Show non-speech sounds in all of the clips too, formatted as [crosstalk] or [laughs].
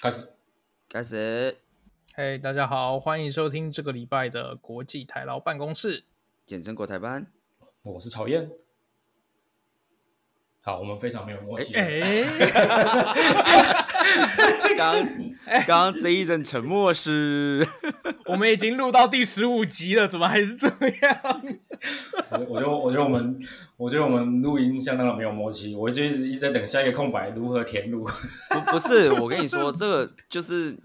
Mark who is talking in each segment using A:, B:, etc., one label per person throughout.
A: 开始，
B: 开始，
C: 嘿大家好，欢迎收听这个礼拜的国际台劳办公室。
B: 简称国台班。
A: 我是曹燕。好，我们非常没有默契。
C: 哎、
B: [laughs]
C: [laughs]
B: [laughs] 刚刚刚这一阵沉默是，
C: 我们已经录到第十五集了，怎么还是这样？
A: 我觉得，我觉得我们，我觉得我们录音相当的没有默契。我就一直一直在等下一个空白如何填入。
B: 不不是我跟你说，这个就是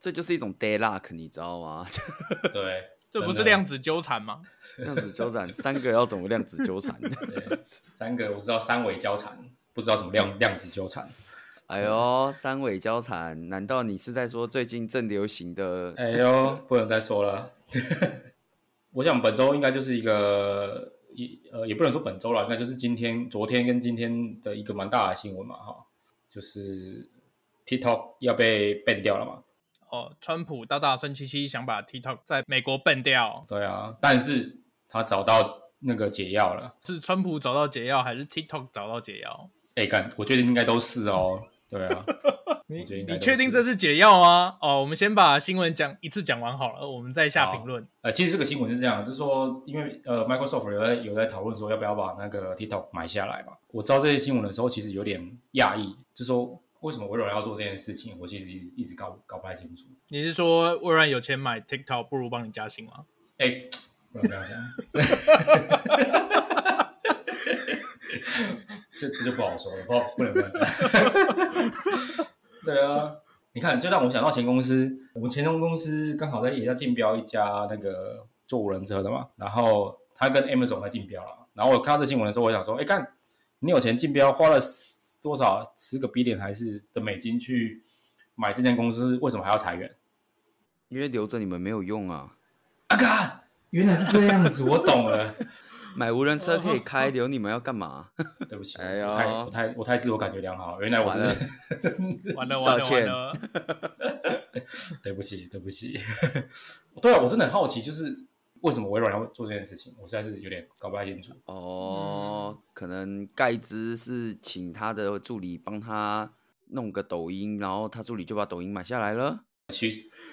B: 这就是一种 day luck，你知道吗？ [laughs]
A: 对，
C: [laughs] 这不
A: 真
C: 是
A: 的
C: 量子纠缠吗？
B: 量子纠缠，三个要怎么量子纠 [laughs] 缠？
A: 对三个，我知道三维交缠，不知道什么 [laughs] 量量子纠缠。
B: 哎呦，三尾交缠，难道你是在说最近正流行的？
A: 哎呦，不能再说了。 [laughs] 我想本周应该就是一个一呃，也不能说本周了，应该就是今天、昨天跟今天的一个蛮大的新闻嘛，哈，就是 TikTok 要被 ban 掉了嘛。
C: 哦，川普大大生气气，想把 TikTok 在美国笨掉，
A: 对啊，但是他找到那个解药了。
C: 是川普找到解药，还是 TikTok 找到解药？
A: 哎、干，我觉得应该都是哦。对啊，
C: 你
A: 我觉得应该
C: 你
A: 都
C: 确定
A: 是
C: 这是解药吗？哦，我们先把新闻讲一次讲完好了，我们再下
A: 好
C: 评论。
A: 呃，其实这个新闻是这样，就是说，因为呃，Microsoft 有在有在讨论说要不要把那个 TikTok 买下来嘛。我知道这些新闻的时候，其实有点讶异，就说为什么微软要做这件事情，我其实一直一直搞搞不太清楚。
C: 你是说微软有钱买 TikTok，不如帮你加薪吗？
A: 哎、不能这样 [laughs] 讲，这这就不好说了，不好不能这样讲。对啊，你看，就让我想到前公司，我们前公司刚好在也在竞标一家那个做无人车的嘛，然后他跟 Amazon 在竞标了，然后我看到这新闻的时候，我想说，哎，干，你有钱竞标，花了十多少十个 B 点还是的美金去买这间公司，为什么还要裁员？
B: 因为留着你们没有用啊！
A: 啊干，原来是这样子，我懂了。
B: 买无人车可以开，留你们要干 [laughs] 嘛？
A: 对不起，
B: 哎呦
A: 我太我太我太自我感觉良好了，原来我
B: 完
A: 是 [laughs]
C: 完了完
B: 道
C: 了
B: 歉
C: 完了，
A: 对不起，对不起。 [laughs] 对啊，我真的很好奇，就是为什么微软要做这件事情，我实在是有点搞不太清楚。
B: 哦，可能盖茨是请他的助理帮他弄个抖音，然后他助理就把抖音买下来了。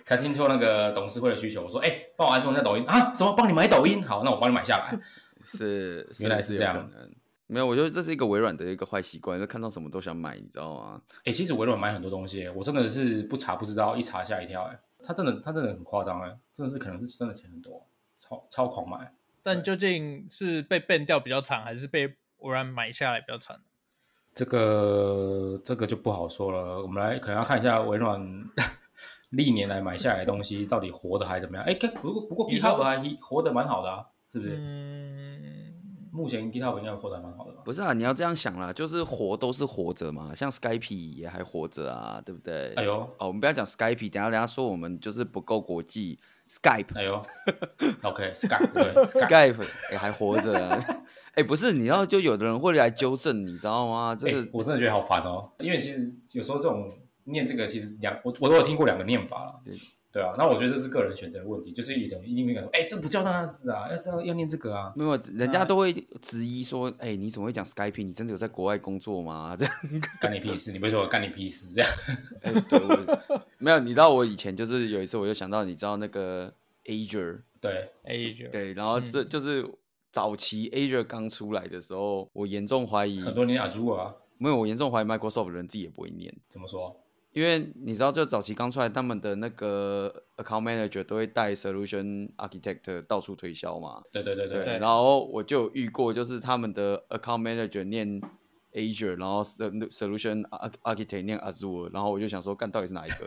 A: 才听说那个董事会的需求，我说哎，帮我安装一下抖音啊，什么帮你买抖音？好，那我帮你买下来。 [laughs]
B: 是，是
A: 原来是
B: 是有
A: 这
B: 可
A: 样
B: 能。没有，我觉得这是一个微软的一个坏习惯，就看到什么都想买，你知道吗？
A: 哎、其实微软买很多东西，我真的是不查不知道，一查吓一跳。哎，他真的他真的很夸张哎，真的是可能是真的钱很多，超超狂买。
C: 但究竟是被 ban 掉比较惨，还是被微软买下来比较惨？
A: 这个这个就不好说了，我们来可能要看一下微软 [laughs] 历年来买下来的东西到底活的还怎么样。哎，跟不过不过
C: 你说
A: GitHub 还活得蛮好的啊，是不是？
C: 嗯，
A: 目前 GitHub 应该活得还蛮好的吧？
B: 不是啊，你要这样想啦，就是活都是活着嘛，像 Skype 也还活着啊，对不对？
A: 哎呦
B: 哦，我们不要讲 Skype，等一下人家说我们就是不够国际，Skype。
A: 哎呦，OK Skype 对 Skype，
B: Skype 也、还活着、啊， [laughs] 哎、不是，你知道，就有的人会来纠正，你知道吗？这
A: 哎
B: 个、
A: 我真的觉得好烦哦，因为其实有时候这种念这个其实两我我都有听过两个念法啦
B: 对。
A: 对啊，那我觉得这是个人选择的问题，就是有人一定会讲说，哎，这不叫那样子啊，要是要要念这个啊，
B: 没有，人家都会质疑说，哎、你怎么会讲 Skype？你真的有在国外工作吗？ [laughs] 这样，
A: 干你屁事！你不会说我干你屁事这样？
B: 哎、对，我没有，你知道我以前就是有一次，我就想到，你知道那个 Azure，
A: 对，
C: 哎，就
B: 对，然后
A: 嗯
B: 这就是早期 Azure 刚出来的时候，我严重怀疑，
A: 很多年阿朱啊，
B: 没有，我严重怀疑 Microsoft 的人自己也不会念，
A: 怎么说？
B: 因为你知道，就早期刚出来，他们的那个 account manager 都会带 solution architect 到处推销嘛，
A: 对对对
B: 对，
A: 对，
C: 对
B: 然后我就有遇过，就是他们的 account manager 念 Azure，然后 sol- solution ar- architect 念 Azure，然后我就想说，干到底是哪一个？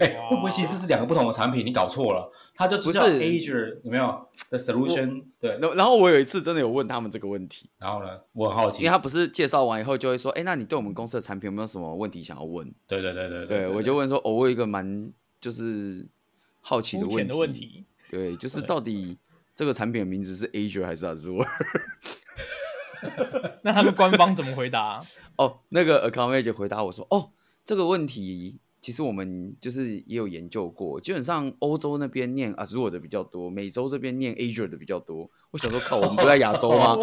A: 哎、会不会其实是两个不同的产品？你搞错了，它就只叫
B: 不是
A: Azure 有没有的 solution？对，
B: 然后然后我有一次真的有问他们这个问题，
A: 然后呢，我很好奇
B: 因为，他不是介绍完以后就会说，哎，那你对我们公司的产品有没有什么问题想要问？
A: 对对对对
B: 对我就问说，哦，我有一个蛮就是好奇的问
C: 肤浅
B: 题，
C: 的问题，
B: 对，就是
A: 对
B: 到底这个产品的名字是 Azure 还是 Azure？ [laughs]
C: 那他们官方怎么回答？
B: [laughs] 哦，那个 account manager 回答我说，哦，这个问题。其实我们就是也有研究过，基本上欧洲那边念 Azure 的比较多，美洲这边念 Azure 的比较多。我想说，靠，我们不在亚洲吗？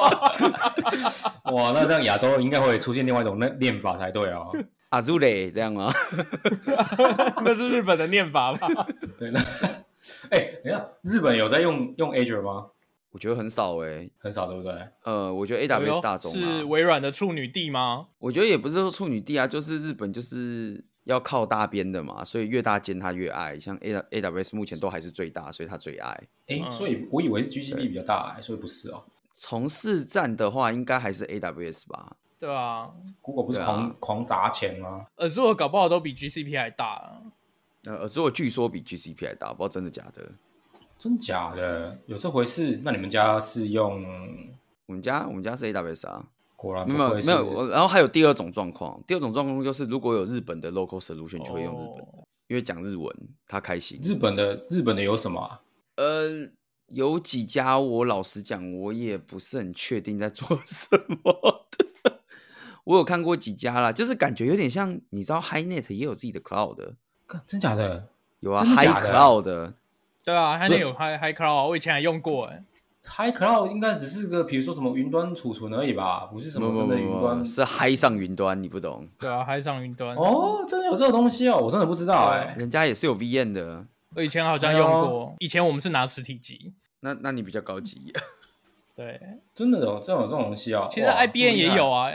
A: 哇，那这样亚洲应该会出现另外一种那练法才对
B: [laughs]
A: 哦。
B: Azure 这样吗？ [laughs] 啊
C: [laughs] 那是日本的念法吧？
A: 对，那哎、等一下，日本有在用用 Azure 吗？
B: 我觉得很少哎、
A: 很少，对不对？
B: 呃，我觉得
C: 哎呦
B: AWS 大众
C: 是
B: 啊，
C: 微软的处女地吗？
B: 我觉得也不是说处女地啊，就是日本就是要靠大边的嘛，所以越大间它越爱。像 A AWS 目前都还是最大，所以它最爱。
A: 哎、
C: 嗯
A: 所以我以为是 GCP 比较大、哎，所以不是哦。
B: 从市占的话，应该还是 AWS 吧？
C: 对啊
A: Google 不是
B: 对啊
A: 狂、狂砸钱吗？
C: ，Azure 搞不好都比 GCP 还大啊。
B: 呃，所以我据说比 GCP 还大，不知道真的假的。
A: 真假的？有这回事？那你们家是用？
B: 我们家我们家是 AWS 啊，
A: 果然
B: 没
A: 不
B: 有
A: 愧是
B: 没有，我然后还有第二种状况，第二种状况就是如果有日本的 local solution 就会用日本的，
C: 哦
B: 因为讲日文他开心。
A: 日本的日本的有什么、啊？
B: 呃，有几家我老实讲，我也不是很确定在做 [laughs] 什么的。我有看过几家啦，就是感觉有点像，你知道 HiNet 也有自己的 cloud 的
A: 干真假的？
B: 有啊
A: 真的假
B: ，Hi
A: 的
B: Cloud 的
C: 对啊，它
A: 不
C: 那
A: 是
C: 有 Hi Hi Cloud，我以啊前还用过哎。
A: High Cloud 应该只是个，比如说什么云端储存而已吧，不是什么
B: 不
A: 真
B: 不
A: 的
B: 不
A: 云
B: 不
A: 端。
B: 是 Hi 上云端，你不懂，
C: 对啊，嗨上云端。
A: 哦，真的有这个东西哦，我真的不知道哎、
B: 人家也是有 VN 的，
C: 我以前好像用过，以前我们是拿实体机。
B: 那那你比较高级。 [laughs]
C: 对，
A: [laughs] 真的有这种这种东西哦。
C: 其实
A: 哇
C: IBM
A: 这么厉
C: 也。
A: 害
C: 有啊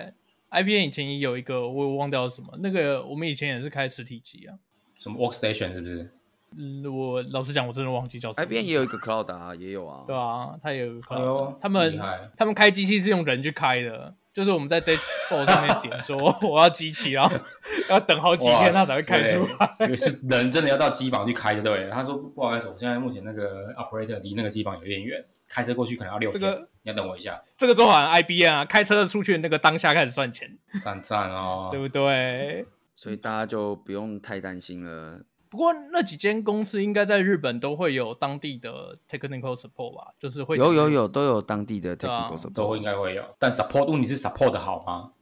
C: ，IBM 以前也有一个，我忘掉什么。那个我们以前也是开实体机啊。
A: 什么 workstation 是不
C: [laughs]
A: 是？
C: 嗯我老实讲，我真的忘记叫什么。
B: IBM 也有一个 Cloud 啊，也有啊。
C: 对啊，它也有一
A: 哎
C: 个
A: 呦。
C: 他们
A: 厉害
C: 他们开机器是用人去开的，就是我们在 dashboard 上面
A: [laughs]
C: 点说我要机器，然后要等好几天它才会开出来。
A: [laughs] 来。是人真的要到机房去开就对了。他说不好意思，我现在目前那个 operator 离那个机房有点远，开车过去可能要六
C: 这
A: 天，
C: 个
A: 你要等我一下。
C: 这个就好像 IBM 啊，开车出去的那个当下开始算钱，
A: 赞赞哦，
C: [laughs] 对不对？
B: 所以大家就不用太担心了。
C: 不过那几间公司应该在日本都会有当地的 technical support 吧，就是会
B: 有有有，都有当地的
C: 对啊
B: technical support，、
A: 都应该会有。但 support 问题是 support 的好吗？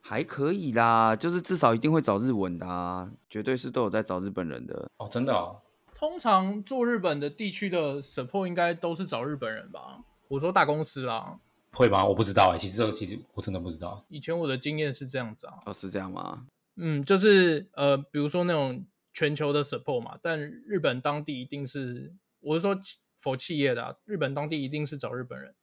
B: 还可以啦，就是至少一定会找日文的啊，绝对是都有在找日本人的。
A: 哦，真的哦，
C: 通常做日本的地区的 support 应该都是找日本人吧？我说大公司啦，
A: 会吗？我不知道哎、其实这个其实我真的不知道。
C: 以前我的经验是这样子啊，
B: 哦，是这样吗？
C: 嗯，就是呃，比如说那种全球的 support 嘛，但日本当地一定是，我是说企否企业的、啊，日本当地一定是找日本人，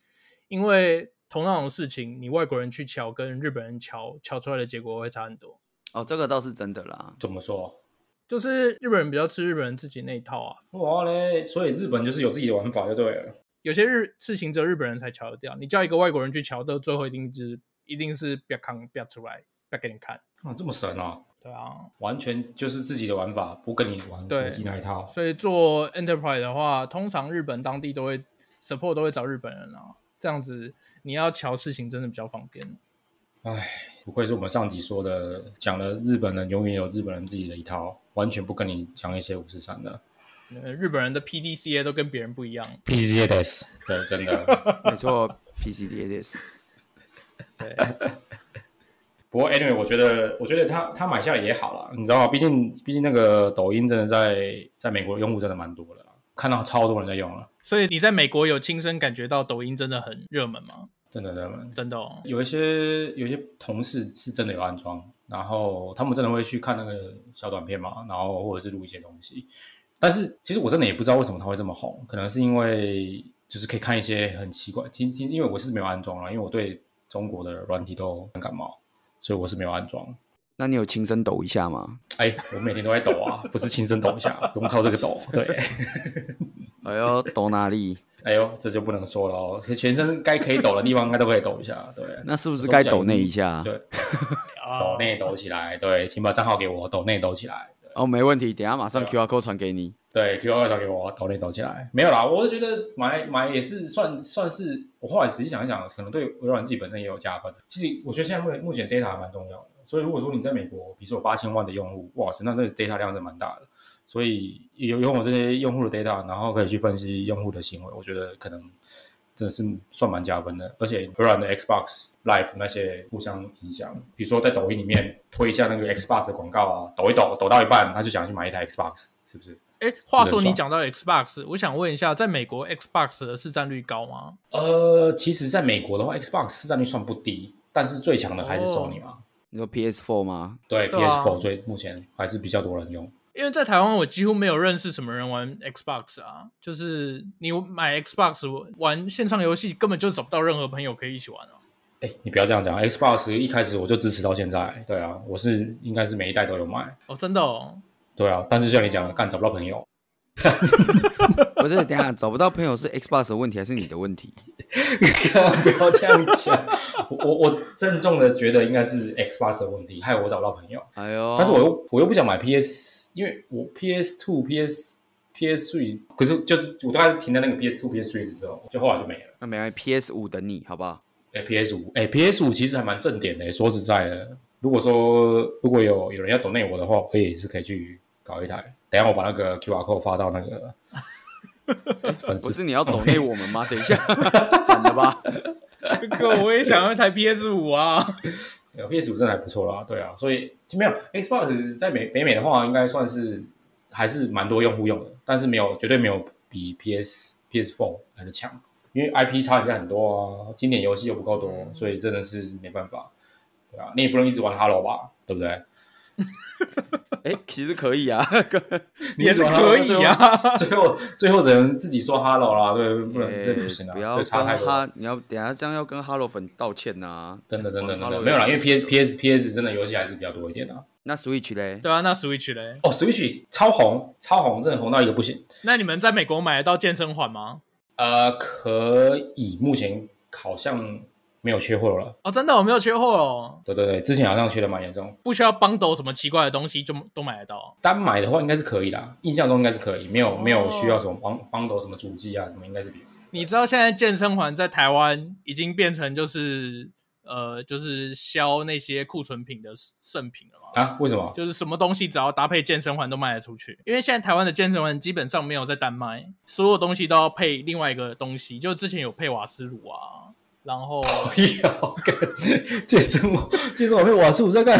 C: 因为同样的事情，你外国人去瞧跟日本人瞧瞧出来的结果会差很多。
B: 哦，这个倒是真的啦。
A: 怎么说？
C: 就是日本人比较吃日本人自己那一套啊，
A: 哇嘞，所以日本就是有自己的玩法就对了。
C: 有些日事情只有日本人才瞧得掉，你叫一个外国人去瞧，到最后一定是一定是不要扛不要出来，不要给你看，
A: 啊，这么神哦，
C: 对啊，
A: 完全就是自己的玩法，不跟你玩
C: 对
A: 国际那一套。
C: 所以做 enterprise 的话，通常日本当地都会 support 都会找日本人啊，这样子你要瞧事情真的比较方便。
A: 不愧是我们上集说的，讲了日本人永远有日本人自己的一套，完全不跟你讲一些五十三的。
C: 呃，日本人的 PDCA 都跟别人不一样，
A: P C S，对，真的。
B: 没错
A: [laughs]
B: ，PCDS。
C: 对，
A: 不过 anyway，我觉得，我觉得他他买下来也好了，你知道吗？毕竟毕竟那个抖音真的在在美国的用户真的蛮多的啦，看到超多人在用了，
C: 所以你在美国有亲身感觉到抖音真的很热门吗？
A: 真的真的。
C: 真的哦，
A: 有一些有一些同事是真的有安装，然后他们真的会去看那个小短片嘛，然后或者是录一些东西。但是其实我真的也不知道为什么它会这么红，可能是因为就是可以看一些很奇怪，其实因为我是没有安装了，因为我对中国的软体都很感冒，所以我是没有安装。
B: 那你有亲身抖一下吗？
A: 哎，我每天都在抖啊，不是亲身抖一下，不用靠这个抖。对，
B: 哎呦，抖哪里？
A: 哎呦，这就不能说了哦，全身该可以抖的地方应该都可以抖一下。对，
B: 那是不是该抖那一下？
A: 对，
C: 啊
A: 抖内抖起来，对，请把账号给我，抖内抖起来。对
B: 哦，没问题，等一下马
A: 啊
B: 上 QR code 传给你。
A: 对，Q 二传给我，抖内抖起来。没有啦，我是觉得买买也是算算是，我后来仔细想一想，可能对微软自己本身也有加分。其实我觉得现在目目前 data 还蛮重要的，所以如果说你在美国，比如说有八千万的用户，哇塞，那这个 data 量是蛮大的。所以有拥有这些用户的 data，然后可以去分析用户的行为，我觉得可能真的是算蛮加分的。而且微软的 Xbox Live 那些互相影响，比如说在抖音里面推一下那个 Xbox 的广告啊，抖一抖，抖到一半他就想去买一台 Xbox，是不是？
C: 哎，话
A: 是
C: 说
A: 很
C: 你
A: 爽
C: 讲到 Xbox，我想问一下，在美国 Xbox 的市占率高吗？
A: 呃，其实在美国的话，Xbox 市占率算不低，但是最强的还是 Sony 嘛。
B: 你说 PS4 吗？
A: 对
C: 哦对啊
A: PS4 最目前还是比较多人用。
C: 因为在台湾，我几乎没有认识什么人玩 Xbox 啊，就是你买 Xbox 玩线上游戏，根本就找不到任何朋友可以一起玩啊。
A: 哎，你不要这样讲，Xbox 一开始我就支持到现在，对啊，我是应该是每一代都有买，
C: 哦，真的哦，
A: 对啊，但是像你讲的，干找不到朋友， [laughs]
B: 不是，等一下找不到朋友是 Xbox 的问题还是你的问题？
A: 不要这样讲，我我我郑重的觉得应该是 Xbox 的问题，害我找不到朋友，
C: 哦
B: 哎呦，
A: [laughs] 但是我又我又不想买 PS，因为我 PS Two、PS PS Three，可是就是我大概停在那个 PS Two、PS Three 之后，就后来就没了。
B: 那没关系，PS 五等你，好不好？
A: 哎，PS 五，哎，PS 五其实还蛮正点的。说实在的，如果说如果有有人要懂内我的话，我也是可以去搞一台。等一下我把那个 QR code 发到那
B: [laughs]
A: 个粉
B: 不
A: 丝，
B: 是你要懂内我
A: [laughs]
B: 们吗？等一下，反的吧？
C: [laughs] 哥哥，我也想要一台 PS 五啊。
A: PS 五真的还不错啦，对啊，所以没有 Xbox 在美北美的话，应该算是还是蛮多用户用的，但是没有绝对没有比 PS PS Four 来的强，因为 IP 差现在很多啊，经典游戏又不够多，
B: 嗯
A: 所以真的是没办法，对啊，你也不能一直玩 Hello 吧，对不对？
B: 哎、其实可以啊，
A: 你也
C: 是可以啊
A: 最后最后只能自己说 hello 啦，对，不能
B: 哎
A: 这不行啊，
B: 不要
A: 这
B: 跟
A: 差太多。
B: 哈，你要等一下这样要跟 Hello 粉道歉呐、
A: 真的真的真
B: Hello
A: 的没有啦，因为
B: 游戏
A: P S P S P S 真的游戏还是比较多一点的、啊。
B: 那 Switch 嘞？
C: [laughs] 对啊，那 Switch 嘞？
A: 哦，Switch 超红，超红，真的红到一个不行。
C: 那你们在美国买得到健身环吗？
A: 呃，可以，目前好像没有缺货了。
C: 哦，真的，我没有缺货哦，
A: 对对对，之前好像缺的蛮严重。
C: 不需要帮斗什么奇怪的东西就都买得到。
A: 单买的话应该是可以啦，印象中应该是可以，没有、
C: 哦
A: 没有需要什么帮帮斗什么主机啊什么，应该是比
C: 你知道现在健身环在台湾已经变成就是呃就是销那些库存品的圣品了吗？
A: 啊？为什么？ [laughs]
C: 就是什么东西只要搭配健身环都卖得出去，因为现在台湾的健身环基本上没有在单卖，所有东西都要配另外一个东西。就之前有配瓦斯炉啊，然后
A: 哎要干 [laughs] 健身我健身我会瓦数在干，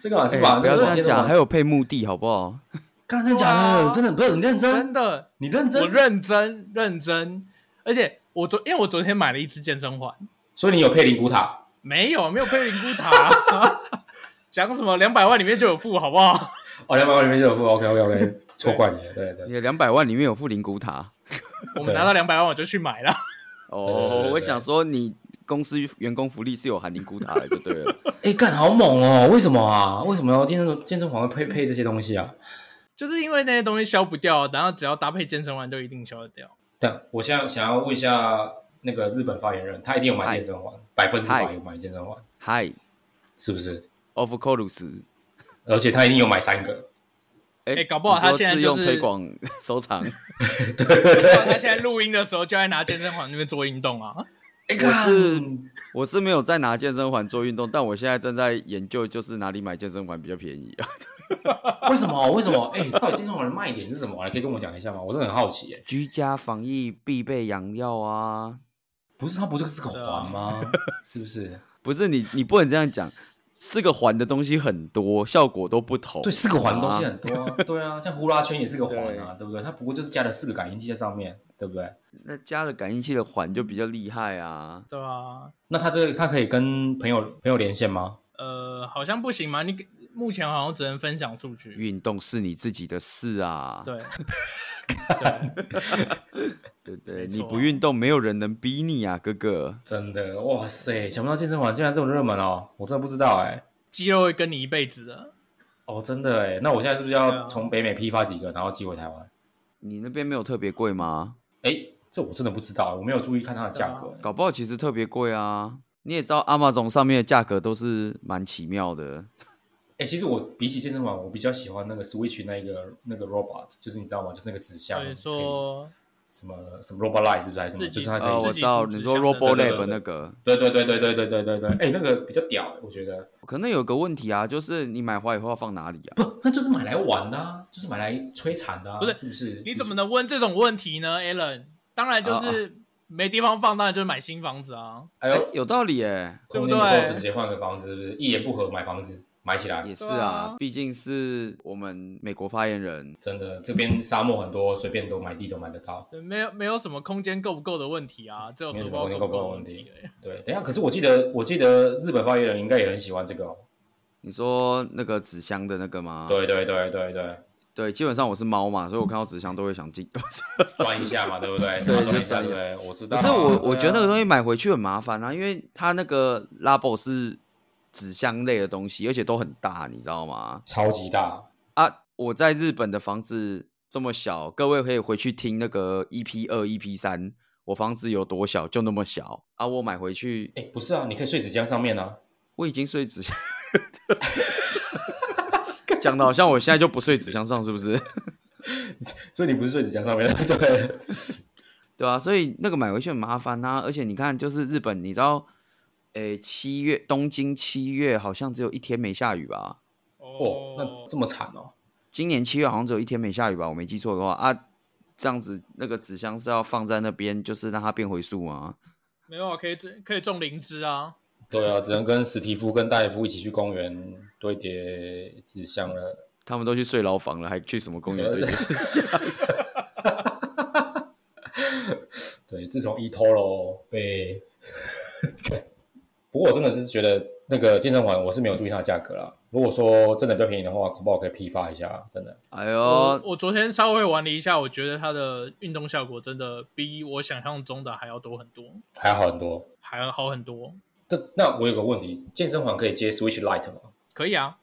A: 这干嘛是吧？
B: 哎不要这样讲，还
A: 有
B: 有配墓地好不好？
A: 刚才讲的，真的不是你认真
C: 真，的，
A: 你认
C: 我
A: 真，
C: 认真认真，而且我昨因为我昨天买了一只健身环，
A: 所以你有配灵骨塔，
C: 没有没有配灵
A: [laughs]
C: 菇塔，讲什么两百万里面就有付，好不好？
A: 哦，两百块里面就有付，OK OK OK，错 [laughs] 怪你了，对对
B: 你。的两百万里面有附灵骨塔
C: 我们拿到两百万我就去买
A: 对对
C: 了。
A: 对
B: 哦
A: 对。
B: 我想说，你公司员工福利是有含灵骨塔的，就对了。
A: [laughs] 哎，干好猛哦！为什么啊？为什么要健身健身房会配配这些东西啊？
C: 就是因为那些东西消不掉，然后只要搭配健身环就一定消得
A: [laughs]
C: 掉。
A: 但我现在想要问一下那个日本发言人，他一定有买健身环，百分之百有买健身环，
B: Hi
A: 是不是？
B: of course，
A: 而且他一定有买三个， [laughs]
B: 哎
C: 哎搞不好他
B: 你说
C: 现在
B: 自
C: 就
B: 用
C: 是
B: 推广收藏。 [laughs]
A: 对对对。
C: 他现在录音的时候就在拿健身环那边做运动啊。
A: 哎
B: 我是
A: 干
B: 我是没有在拿健身环做运动，但我现在正在研究就是哪里买健身环比较便宜 [laughs] 啊。
A: 为什么？为什 [laughs] 么？哎、到底健身环的卖点是什么？你可以跟我讲一下吗？我真的很好奇、哎，
B: 居家防疫必备良药啊！
A: 不是它不就是个
C: 对啊
A: 环吗？ [laughs] 是不是？
B: 不是你，你不能这样讲。四个环的东西很多，效果都不同。
A: 对，四个环的东西
B: 啊
A: 很多、啊， [laughs] 对啊，像呼啦圈也是个环啊，对不对？它不过就是加了四个感应器在上面，对不对？
B: 那加了感应器的环就比较厉害啊。
C: 对啊，
A: 那它这个它可以跟朋友朋友连线吗？
C: 呃，好像不行嘛，你目前好像只能分享数据。
B: 运动是你自己的事啊，
C: 对，
B: 对不对？
C: 没错
B: 你不运动，没有人能逼你啊，哥哥。
A: 真的，哇塞，想不到健身环竟然这么热门哦，我真的不知道哎、
C: 肌肉会跟你一辈子
A: [laughs]
C: 的。
A: 哦，真的哎、那我现在是不是
C: 对啊
A: 要从北美批发几个，然后寄回台湾？
B: 你那边没有特别贵吗？
A: 哎、这我真的不知道、我没有注意看它的价格、哎
B: 搞不好其实特别贵啊。你也知道，Amazon 上面的价格都是蛮奇妙的。
A: 哎、其实我比起健身房，我比较喜欢那个 Switch 那一个那个 robot，就是你知道吗？就是那个纸箱，
C: 所以
A: 可以
C: 说，什
A: 什么什么 robot light 是不是还是什么？
C: 自己
A: 就是它可以
B: 呃，
A: 自
B: 我
A: 己，
B: 知道
C: 自己
B: 你
C: 组
B: 说
C: 织项目
B: Robo
A: 对对
B: Lab
A: 对
B: 那个，
A: 对对对对对对对对对，哎、那个比较屌、我觉得
B: 可能有个问题啊，就是你买回来以后要放哪里啊？
A: [laughs] 不，那就是买来玩的、啊，就是买来摧残的、啊，
C: 不是
A: 是不是？啊
C: 你怎么能问这种问题呢，Alan？当然就是没地方放，当然就是买新房子啊。
A: 哎
B: 哎、
A: 呦，
B: 有道理哎、
C: 对
A: 空
C: 不
A: 间不够
C: 对
A: 就直接换个房子，是不是？一言不合买房子，买起来
B: 也，是
C: 对
B: 啊
C: 啊，
B: 毕竟是我们美国发言人，
A: 真的这边沙漠很多，随便都买地都买得到。
C: 对，没有没有什么空间够不够的问题啊，只有荷包
A: 没有什么空间够不
C: 够不够
A: 够
C: 的
A: 的
C: 问
A: 问
C: 题
A: 题 [laughs]
C: 而已。
A: 对，等一下，可是我记得，我记得日本发言人应该也很喜欢这个、哦。
B: 你说那个纸箱的那个吗？
A: 对对对对对，
B: 对，基本上我是猫嘛，所以我看到纸箱都会想进。
A: 转一下嘛，对不对？
B: 对
A: 想要转
B: 就
A: 一下，
B: 转一
A: 对不对？我知道
B: 可
A: 啊。
B: 是我
A: [laughs] 对啊
B: 我觉得那个东西买回去很麻烦啊，因为它那个 label 是纸箱类的东西，而且都很大，你知道吗？
A: 超级大，
B: 啊，我在日本的房子这么小，各位可以回去听那个 EP 二、EP 三，我房子有多小就那么小啊，我买回去
A: 哎，不是啊，你可以睡纸箱上面啊。
B: 我已经睡
A: [laughs]
B: 纸箱， [laughs] 讲的好像我现在就不睡纸箱上，是不是？
A: 所以你不是睡纸箱上面，对，
B: 对啊，所以那个买回去很麻烦啊。而且你看，就是日本，你知道，诶，七月东京七月好像只有一天没下雨吧？
A: 哦，那这么惨哦，
B: 今年七月好像只有一天没下雨吧？我没记错的话啊，这样子那个纸箱是要放在那边，就是让它变回数吗？
C: 没有啊，可以种可以种灵芝啊。
A: 对啊，只能跟史蒂夫跟戴夫一起去公园堆叠纸箱了。
B: 他们都去睡牢房了，还去什么公园堆积？
C: [laughs]
A: 对，自从 eToro 被， [laughs] 不过我真的是觉得那个健身环我是没有注意它的价格啦。如果说真的比较便宜的话，搞不好可以批发一下，真的。
B: 哎
C: 我
B: 呦，
C: 我昨天稍微玩了一下，我觉得它的运动效果真的比我想象中的还要多很多，
A: 还好很多。
C: 还要好很多。
A: 这那我有个问题，健身环可以接 Switch Lite 吗？
C: 可以啊，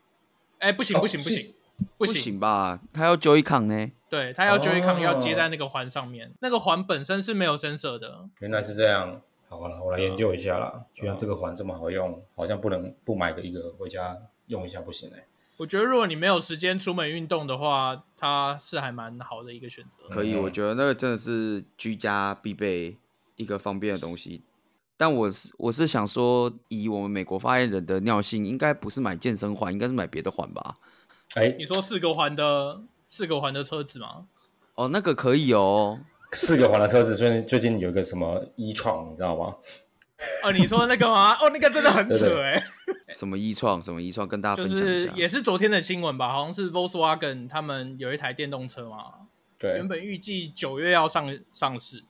C: 哎，不行不行
A: 哦
C: 不
A: 是
C: 行
B: 不
C: 不行，
B: 行吧？他要 Joy Con 呢？
C: 对，它要 Joy-Con
A: 哦
C: 要接在那个环上面，那个环本身是没有 sensor 的。
A: 原来是这样。好了，我来研究一下
C: 啊
A: 啦。居然这个环这么好用，好像不能不买个一个回家用一下不行哎、
C: 我觉得如果你没有时间出门运动的话，它是还蛮好的一个选择。
B: 可以，
A: 嗯
B: 我觉得那个真的是居家必备一个方便的东西。但我是我是想说，以我们美国发言人的尿性，应该不是买健身环，应该是买别的环吧？
A: 哎、
C: 你说四个环的四个环的车子吗？
B: 哦，那个可以哦。
A: 四个环的车子最近最近有一个什么 e 创，你知道吗？
C: 哦，你说那个吗？
A: [laughs]
C: 哦，那个真的很
A: 对
C: 扯
A: 对
C: 哎、
B: 什么一创，什么一创，跟大家
C: 就
B: 分享一
C: 是
B: 下。
C: 也是昨天的新闻吧，好像是 Volkswagen 他们有一台电动车嘛，
A: 对
C: 原，本预计九月要上上市，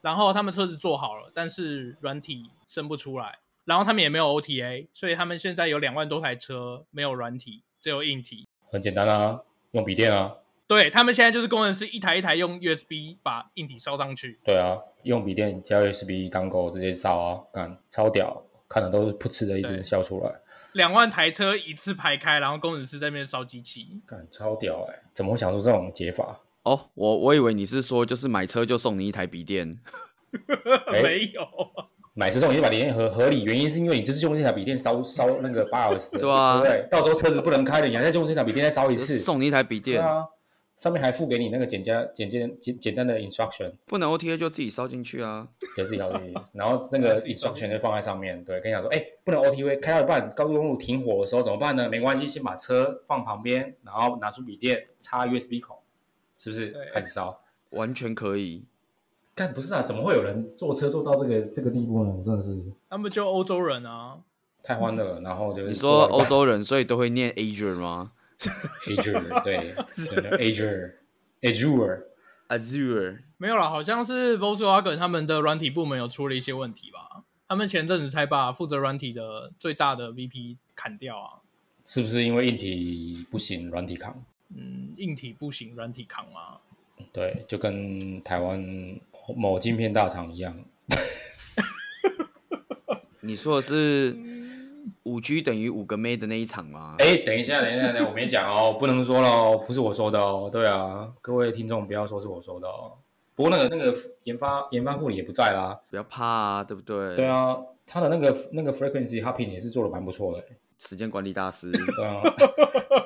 C: 然后他们车子做好了，但是软体生不出来，然后他们也没有 OTA，所以他们现在有两万多台车没有软体，只有硬体。
A: 很简单啊，用笔电啊，
C: 对他们现在就是工程师一台一台用 USB 把硬体烧上去，
A: 对啊，用笔电加 USB 当狗直接烧啊，干超屌，看的都是噗嗤的一直
C: 对
A: 笑出来，
C: 两万台车一次排开，然后工程师在那边烧机器。
A: 干超屌哎、怎么会想出这种解法？
B: 哦，我我以为你是说就是买车就送你一台笔电，
A: 哎
C: [laughs] 没有，
A: 买这种一百零合合理原因是因为你就是用这台笔电烧烧那个八小时的，
B: 对啊
A: 对不对？到时候车子不能开了，你还在用这台笔电再烧一次，
B: 送你一台笔
A: 对
B: 电，
A: 啊，上面还附给你那个简加简简简简单的 instruction，
B: 不能 OTA 就自己烧进去啊。
A: 给自 [laughs] 己要自己，然后那个 instruction 就放在上面，对，跟你讲说，哎，不能 OTA，开到一半高速公路停火的时候怎么办呢？没关系，先把车放旁边，然后拿出笔电插 USB 口，是不是
C: 对？
A: 开始烧。
B: 完全可以，
A: 但不是啊，怎么会有人坐车坐到这个这个地步呢？我真的是
C: 他们就欧洲人啊，
A: 太欢乐了。然后就是
B: 你说
A: 坐
B: 欧
A: 到
B: 洲人所以都会念 Azure 吗
A: 一半 Azure [laughs] 对 Azure Azure
B: ？Azure
C: 没有啦，好像是 Volkswagen 他们的软体部门有出了一些问题吧？他们前阵子才把负责软体的最大的 VP 砍掉啊，
A: 是不是因为硬体不行，软体扛？
C: 嗯，硬体不行，软体扛啊嘛。
A: 对，就跟台湾某晶片大厂一样，
B: 你说的是五 G 等于五个妹的那一场吗？
A: 哎，等一下，等一下，等一下，我没讲哦， [laughs] 不能说喽，不是我说的哦。对啊，各位听众不要说是我说的哦。不过那个那个研发研发副理也不在啦。
B: 不要怕啊，对不对？
A: 对，啊，他的那个那个 frequency hopping 也是做的蛮不错的。
B: 时间管理大师， [laughs]
A: 对啊，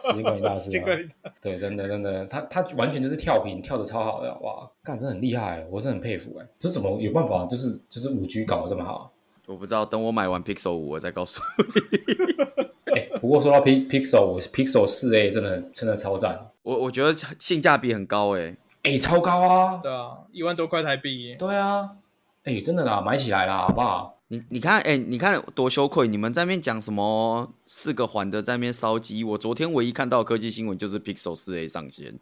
A: 时间管
C: [laughs]
A: 理大师、
C: 结
A: 啊
C: 果。你
A: 对，真的真的，他他完全就是跳频跳的超好的，哇，干，真的很厉害，我真的很佩服哎，这怎么有办法？就是就是五 G 搞得这么好。
B: 我不知道，等我买完 Pixel 五，我再告诉 [laughs] 你。
A: 哎，不过说到 P Pixel，我 Pixel 四 A 真的真的超赞，
B: 我我觉得性价比很高诶、欸
A: 哎，超高啊，
C: 对啊，一万多块台币，
A: 对啊，哎、哎、真的啦，买起来啦，好不好？
B: 你你看，哎、你看多羞愧！你们在那边讲什么四个环的在那边烧机，我昨天唯一看到的科技新闻就是 Pixel 四 A 上线，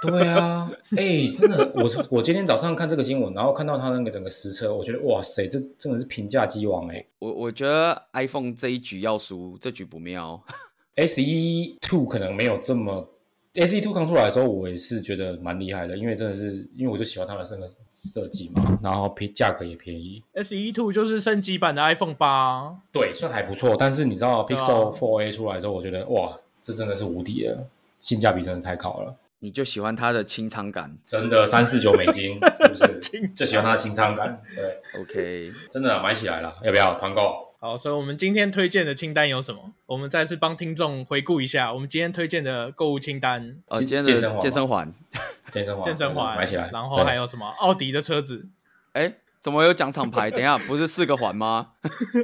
A: 对啊， [laughs] 哎、真的，我我今天早上看这个新闻，然后看到他那个整个实车，我觉得哇塞，这真的是平价机王哎、
B: 我我觉得 iPhone 这一局要输，这局不妙。 [laughs]
A: S E Two 可能没有这么 S E Two 刚出来的时候，我也是觉得蛮厉害的，因为真的是因为我就喜欢它的整个设计嘛，然后便价格也便宜，
C: S E Two 就是升级版的 iPhone 八、
A: 对，算还不错。但是你知道
C: 对啊
A: Pixel Four A 出来之后，我觉得哇，这真的是无敌了，性价比真的太高了，
B: 你就喜欢它的清仓感
A: 真的三四九美金是不
C: [laughs]
A: 是？
C: 清
A: 就喜欢它的清仓感，对，
B: ，OK？
A: 真的买起来了，要不要团购？
C: 好，所以我们今天推荐的清单有什么？我们再次帮听众回顾一下，我们今天推荐的购物清单：
B: 呃，
A: [laughs] 健
B: 今天
A: 健身
B: 的
A: 环
B: 健身环，
A: 健身环，
C: 健身环，
A: 买起来，
C: 然后还
A: 有
C: 有什么？奥迪的车子， [laughs]
B: 哎、怎么有讲厂牌？等一下，不是四个环吗？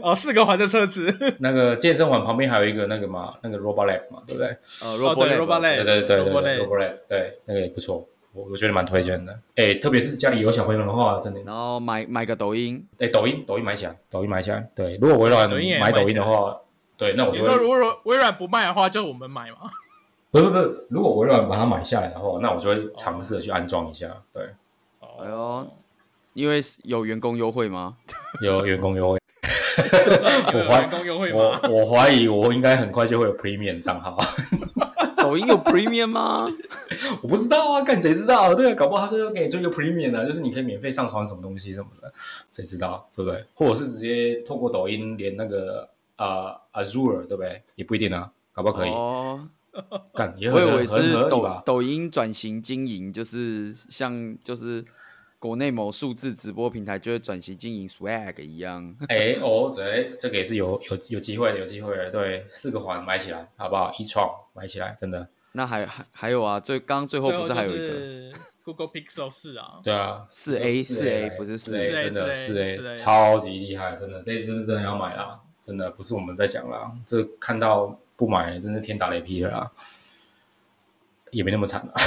C: 哦，四个环的车子，
A: 那个健身环旁边还有一个那个嘛，那个 Robot Lab 嘛，对不对？
B: 呃
C: 哦对
B: Lab
C: ，Robot Lab
A: 对对对对
C: Robo
A: 对
C: Lab
A: ，Robo Lab，对，那个也不错，我我觉得蛮推荐的。哎，特别是家里有小朋友的话，真的，
B: 然后买买个抖音，
A: 哎，抖音抖音买起来，抖音买起来。对，如果微软
C: 抖音也
A: 买
C: 买
A: 抖
C: 起
A: 音
C: 来
A: 的话，对，哦那我
C: 你
A: 就
C: 说
A: 会
C: 如果微软不卖的话，就我们买嘛？
A: 不不不，如果微软把它买下来的话，那我就会尝试的去安装一下。对，
C: 哦
A: 哦
B: 哎呦，因为是有员工优惠吗？
A: 有员工优惠，[laughs]
C: 有
A: 我怀
C: 员工优惠
A: 我
C: 吗？
A: 我怀疑我应该很快就会有 Premium 账号， [laughs]
B: 抖音有 Premium 吗？
A: 我不知道啊，干谁知道？对啊，搞不好他就要给你做一个 Premium 呢、就是你可以免费上传什么东西什么的，谁知道，对不对？或者是直接透过抖音连那个啊、呃 Azure，对不对？也不一定啊，搞不好可以、
B: 哦，
A: 干，也
B: 我
A: 很
B: 以为
A: 很
B: 是
A: 合理
B: 抖
A: 吧？
B: 抖音转型经营，就是像就是国内某数字直播平台就会转型经营 Swag 一样。
A: 哎哦，这这个也是有有有机会的，有机会的，对，四个环买起来好不好？一创买起来，真的，
B: 那还还还有啊，最刚刚最后不是还有一个
C: Google Pixel 四啊？
A: 对啊，
B: 四 A 四 A 不是
A: 四
B: 四
A: A，
B: A？
A: 真的四
C: 4A
A: 4A
C: ，4A
A: 超级厉害，真的，这一只真的要买啦，真的不是我们在讲啦，这看到不买真是天打雷劈了啦，也没那么惨啦。 [laughs]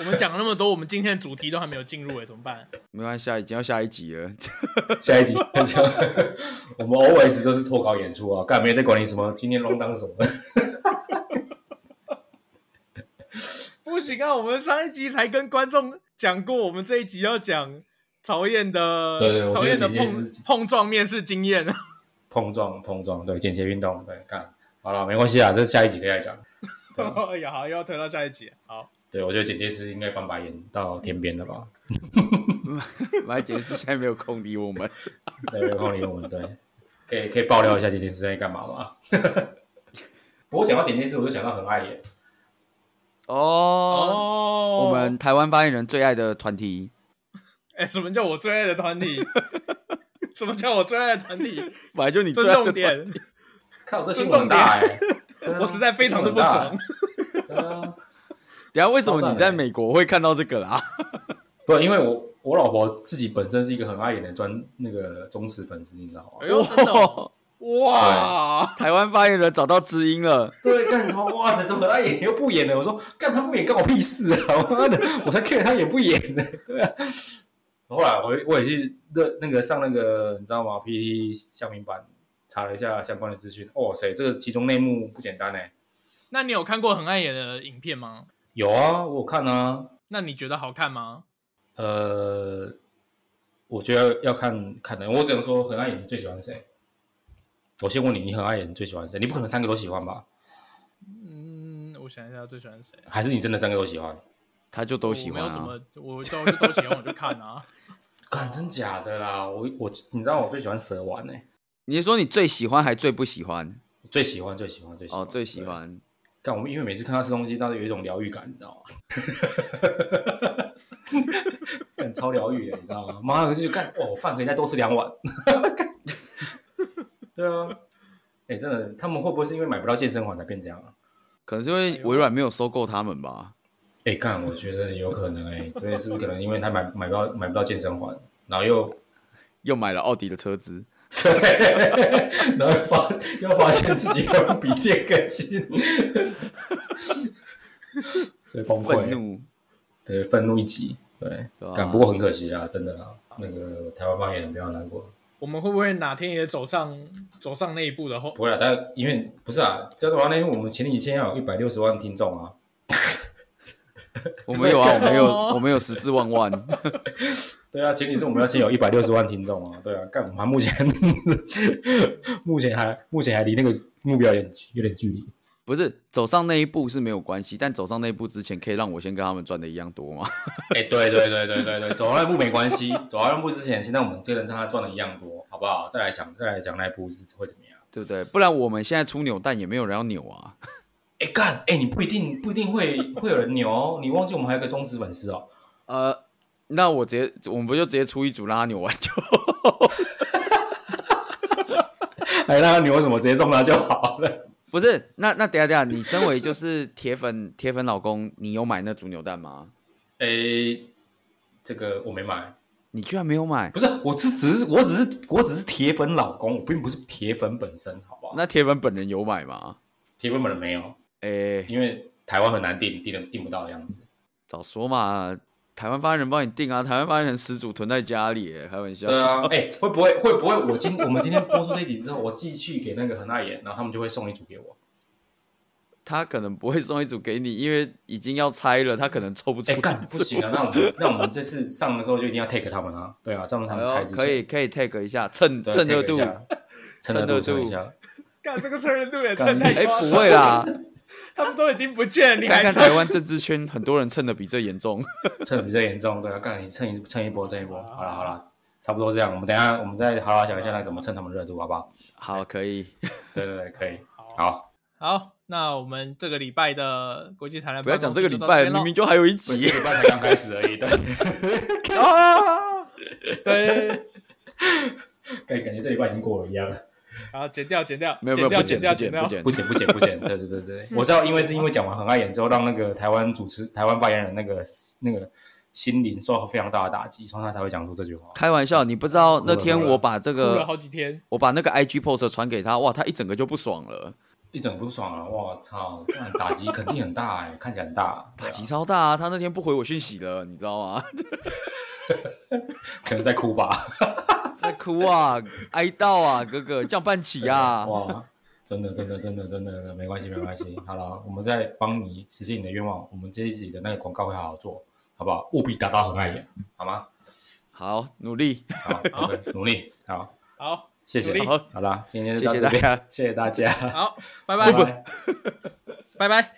C: 我们讲了那么多，我们今天的主题都还没有进入哎，怎么办？
B: 没关系，啊，已经要下一集了。 [laughs]
A: 下一集再讲， [laughs] 我们 always 都是脱稿演出啊，干没在管你什么今天 long 当什么的， [laughs]
C: 不行啊，我们上一集才跟观众讲过，我们这一集要讲曹燕的
A: 对对我
C: 曹燕的
A: 这一集
C: 碰
A: 是
C: 碰撞面试经验。
A: 碰撞碰撞，对，间歇运动，对，干好了，没关系啊，这下一集可以再讲。对啊
C: 哎 [laughs] 呀，好，又要推到下一集。好，
A: 对，我觉得剪接师应该翻白眼到天边了吧？
B: 麦姐是现在没有空理我们。
A: 对，没有空理我们。对，可以可以爆料一下剪接师在干嘛吗？ [laughs] 不过讲到剪接师，我就想到很爱演，
B: 哦，
C: 哦，
B: 我们台湾发言人最爱的团体，
C: 哎，什么叫我最爱的
B: [laughs]
C: 团体？什么叫我最爱的团体？
B: 本来就你最
C: 尊
B: 爱的
C: 重
B: 团
C: 点，
A: 靠，这新闻很大哎、对啊
C: [laughs] 我实在非常的不爽。
A: 对啊，
B: 等一下为什
A: 超
B: 么
A: 赞
B: 你在
A: 的
B: 美国会看到这个啊啦？
A: 不，因为我我老婆自己本身是一个很爱演的专那个忠实粉丝，你知道吗
C: 哎？呦，真的哦哇！
B: 台湾发言人找到知音了，
A: [laughs] 对，干什么？哇塞，怎么他演又不演了？我说干他不演干我屁事啊！ [laughs] 我妈的，我才 care 他演不演呢。对啊。后来我我也去那那个上那个你知道吗？PPT 项目版查了一下相关的资讯。哇塞，这个其中内幕不简单呢。
C: 那你有看过很碍眼的影片吗？
A: 有啊，我有看啊。
C: 那你觉得好看吗？
A: 呃，我觉得要看看的，我只能说很爱演，你最喜欢谁？我先问你，你很爱演，你最喜欢谁？你不可能三个都喜欢吧？
C: 嗯，我想一下，最喜欢谁？
A: 还是你真的三个都喜欢？
B: 他就都喜
C: 哦我没
B: 欢
C: 有什
B: 啊。
C: 么，我都是都喜欢，我就看
B: [laughs]
C: 啊。
A: 干真假的啦！我我你知道我最喜欢蛇丸呢、
B: 你是说你最喜欢还最不喜欢？
A: 最喜欢最喜欢最喜欢
B: 哦，最喜。欢。
A: 对干我们因为每次看他吃东西，当时有一种疗愈感，你知道吗？ [laughs] 干超疗愈的，欸你知道吗？ [laughs] 妈的，就干哦，饭可以再多吃两碗。 [laughs] 干对啊，哎、真的，他们会不会是因为买不到健身环才变这样啊？
B: 可能是因为微软没有收购他们吧。
A: 哎、干，我觉得有可能哎、对，是不是可能因为他买买不到买不到健身环，然后又
B: 又买了奥迪的车子，
A: 对，然后又发又发现自己要用笔电更新，所以崩
B: 愤
A: 溃，
B: 怒。
A: 对，愤怒一集。对，
B: 对吧、
A: 但不过很可惜啊，真的啊，那个台湾方言比较难过。
C: 我们会不会哪天也走上走上那一步的后？
A: 不会啊，但因为不是啊，这样子那因为我们前提先要有一百六十万听众啊，
B: 我们
C: [laughs]
B: 有啊，我们有，
C: 哦
B: 我们有十四万万，
A: 对啊，前提是我们要先有一百六十万听众啊，对啊，干我们还目前 [laughs] 目前还目前还离那个目标有点有点距离。
B: 不是走上那一步是没有关系，但走上那一步之前，可以让我先跟他们赚的一样多吗？
A: 哎、对对对对对对，走到那步没关系，走到那步之前，先让我们这人让他赚的一样多，好不好？再来想再来讲那一步是会怎么样。
B: 对不对？不然我们现在出扭蛋也没有人要扭啊。
A: 哎、干，哎、你不一定不一定会会有人牛哦，你忘记我们还有一个忠实粉丝哦。
B: 呃，那我直接，我们不就直接出一组让他扭完就？ [laughs]
A: 哎，那他牛什么直接送他就好了。
B: 不是，那那等一下等一下，你身为就是铁粉铁粉老公，你有买那组扭蛋吗？
A: 哎、这个我没买，
B: 你居然没有买？
A: 不是，我是只是我只是我只是铁粉老公，我并不是铁粉本身，好不好？
B: 那铁粉本人有买吗？
A: 铁粉本人没有，
B: 哎，
A: 因为台湾很难订，订的订不到的样子。
B: 早说嘛，台湾发言人帮你订啊，台湾发言人十组囤在家里耶，开玩笑。
A: 对啊，哎、会不会会不会我今我们今天播出这一集之后，我寄去给那个恒大眼，然后他们就会送一组给我？
B: 他可能不会送一组给你，因为已经要拆了，他可能抽不出
A: 哎、
B: 一
A: 干不
B: 组。
A: 行啊！那我们那我们这次上的时候就一定要 take 他们啊，对啊，这样他们
B: 哎
A: 才
B: 呦可以可以 take 一下，蹭蹭热度。哎、
A: 趁
B: 趁
A: 热
B: 热
A: 度
B: 度
A: 啊蹭一下。
C: 干这个承认度也
A: 干
C: 太太夸张
B: 哎不会
A: [laughs]
B: 啦，
C: 哎他们都已经不见了，你
B: 看
C: 还
B: 看台湾政治圈，很多人蹭的比这严重。 [laughs]
A: 蹭的比较严重，对啊，干你蹭一蹭一波，蹭一波，好了好了，差不多这样。我们等一下我们再好好想一下，那怎么蹭他们热度，好不好？
B: 好，可以，
A: 对对对，可以，
C: 好
A: 好，
C: 好，那我们这个礼拜的国际台篮
B: 不要讲这
C: 办
B: 个礼
C: 公室就到
B: 拜，
C: 边
B: 明
C: 咯
B: 明就还有一
A: 这
B: 集
A: 礼。拜才刚开始而已，对，
C: 啊， [laughs] 对，
A: 感感觉这礼拜已经过了一样，
C: 好，剪掉，剪掉，
B: [laughs] 没有没有
C: 剪掉
B: 不剪
C: 剪掉，
B: 不剪
C: 掉
B: 不，剪
A: 不剪不剪不剪，对对对对，我知道，因为是因为讲完很爱演之后，让那个台湾主持台湾发言人那个那个心灵受到非常大的打击，所以他才会讲出这句话。
B: 开玩笑，你不知道那天
A: 哭了哭了
B: 我把这
C: 哭了
B: 个
C: 好几天。
B: 我把那个 IG post 传给他，哇，他一整个就不爽了，
A: 一整不爽了，我操！干打击肯定很大哎、看起来很大，
B: 打击超大啊！他那天不回我讯息了，你知道吗？
A: 可能在哭吧。
B: 在哭啊，哀悼啊，哥哥，降半旗啊！
A: 哇，真的真的真的真的没关系没关系。好了，我们再帮你实现你的愿望，我们这一集的那个广告会好好做，好不好？务必达到很碍眼，好吗？
B: 好，努
C: 啊
B: 力，
A: 好，这个努力，好，
C: 好，
A: 谢谢
C: 努力。
B: 好
A: 好啦，今天就到这
B: 谢谢大
A: 边
B: 家，
A: 谢谢大家，
C: 好，拜
A: 拜
C: 拜，
A: 拜。
C: 拜拜。